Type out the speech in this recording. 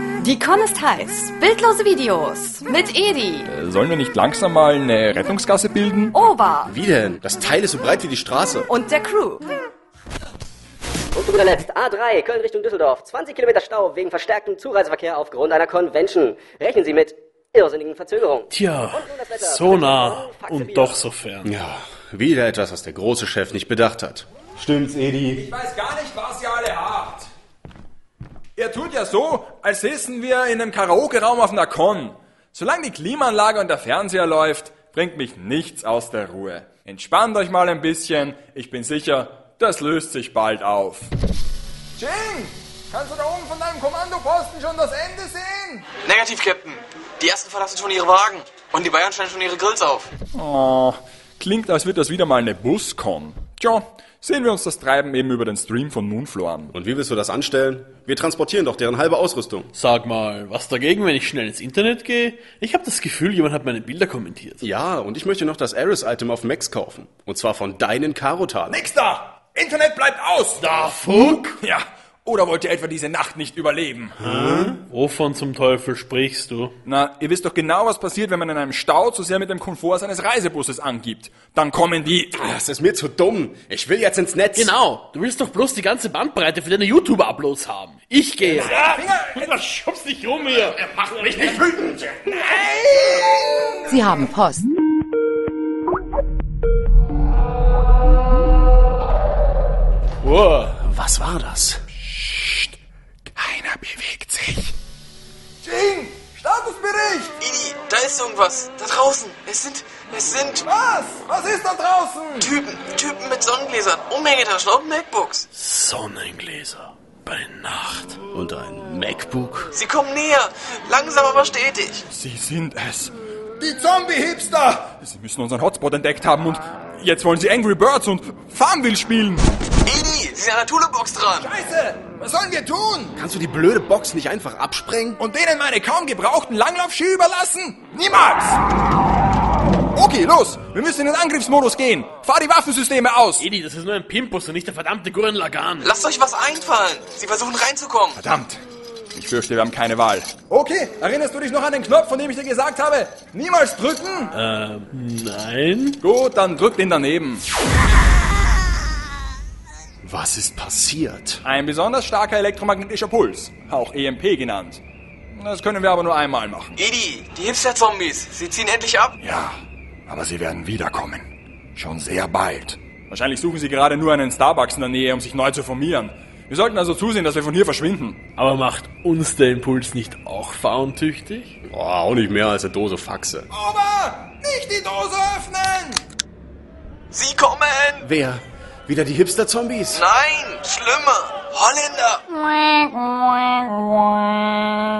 Die Con ist heiß. Bildlose Videos mit Edi, Äh, Sollen wir nicht langsam mal eine Rettungsgasse bilden? Ober Wie denn? Das Teil ist so breit wie die Straße. und der Crew. Und zu guter Letzt A3, Köln Richtung Düsseldorf. 20 Kilometer Stau wegen verstärktem Zureiseverkehr aufgrund einer Convention. Rechnen Sie mit irrsinnigen Verzögerungen. Tja, so nah und doch so fern. Ja, wieder etwas, was der große Chef nicht bedacht hat. Stimmt's, Edi? Ich weiß gar nicht, was ihr alle habt. Ihr tut ja so, als säßen wir in einem Karaoke-Raum auf einer Con. Solange die Klimaanlage und der Fernseher läuft, bringt mich nichts aus der Ruhe. Entspannt euch mal ein bisschen, ich bin sicher, das löst sich bald auf. Jing! Kannst du da oben von deinem Kommandoposten schon das Ende sehen? Negativ, Captain. Die ersten verlassen schon ihre Wagen. Und die Bayern stellen schon ihre Grills auf. Oh, klingt, als wird das wieder mal eine Buscon. Tja, sehen wir uns das Treiben eben über den Stream von Moonflow an. Und wie willst du das anstellen? Wir transportieren doch deren halbe Ausrüstung. Sag mal, was dagegen, wenn ich schnell ins Internet gehe? Ich habe das Gefühl, jemand hat meine Bilder kommentiert. Ja, und ich möchte noch das Ares-Item auf Max kaufen. Und zwar von deinen Karotan. Nix da! Internet bleibt aus! Da fuck! Ja, oder wollt ihr etwa diese Nacht nicht überleben? Wovon zum Teufel sprichst du? Na, ihr wisst doch genau, was passiert, wenn man in einem Stau zu sehr mit dem Komfort seines Reisebusses angibt. Dann kommen die... Das ist mir zu dumm. Ich will jetzt ins Netz. Genau, du willst doch bloß die ganze Bandbreite für deine YouTuber-Uploads haben. Ich gehe. Finger- Schubst dich rum hier. Sie haben Post. Wow. Was war das? Keiner bewegt sich. Jing! Statusbericht! Idi, da ist irgendwas. Da draußen. Es sind, es sind Was? Was ist da draußen? Typen. Typen mit Sonnengläsern, Umhängetaschen und MacBooks. Sonnengläser bei Nacht. Und ein MacBook? Sie kommen näher. Langsam aber stetig. Sie sind es. Die Zombie-Hipster! Sie müssen unseren Hotspot entdeckt haben und jetzt wollen sie Angry Birds und Farmville spielen. Idi, sie sind an der Tulebox dran. Scheiße! Was sollen wir tun? Kannst du die blöde Box nicht einfach absprengen? Und denen meine kaum gebrauchten Langlaufski überlassen? Niemals! Okay, los! Wir müssen in den Angriffsmodus gehen! Fahr die Waffensysteme aus! Edi, das ist nur ein Pimpus und nicht der verdammte Gurren Lagan. Lasst euch was einfallen. Sie versuchen reinzukommen. Verdammt! Ich fürchte, wir haben keine Wahl. Okay, erinnerst du dich noch an den Knopf, von dem ich dir gesagt habe? Niemals drücken! Ähm, nein. Äh, Gut, dann drück den daneben. Was ist passiert? Ein besonders starker elektromagnetischer Puls, auch EMP genannt. Das können wir aber nur einmal machen. Idi, die Hipster-Zombies. Sie ziehen endlich ab. Ja, aber sie werden wiederkommen. Schon sehr bald. Wahrscheinlich suchen sie gerade nur einen Starbucks in der Nähe, um sich neu zu formieren. Wir sollten also zusehen, dass wir von hier verschwinden. Aber macht uns der Impuls nicht auch fauntüchtig? Oh, auch nicht mehr als eine Dose Faxe. Ober! Nicht die Dose öffnen! Sie kommen. Wer? Wieder die Hipster-Zombies? Nein, schlimmer. Holländer.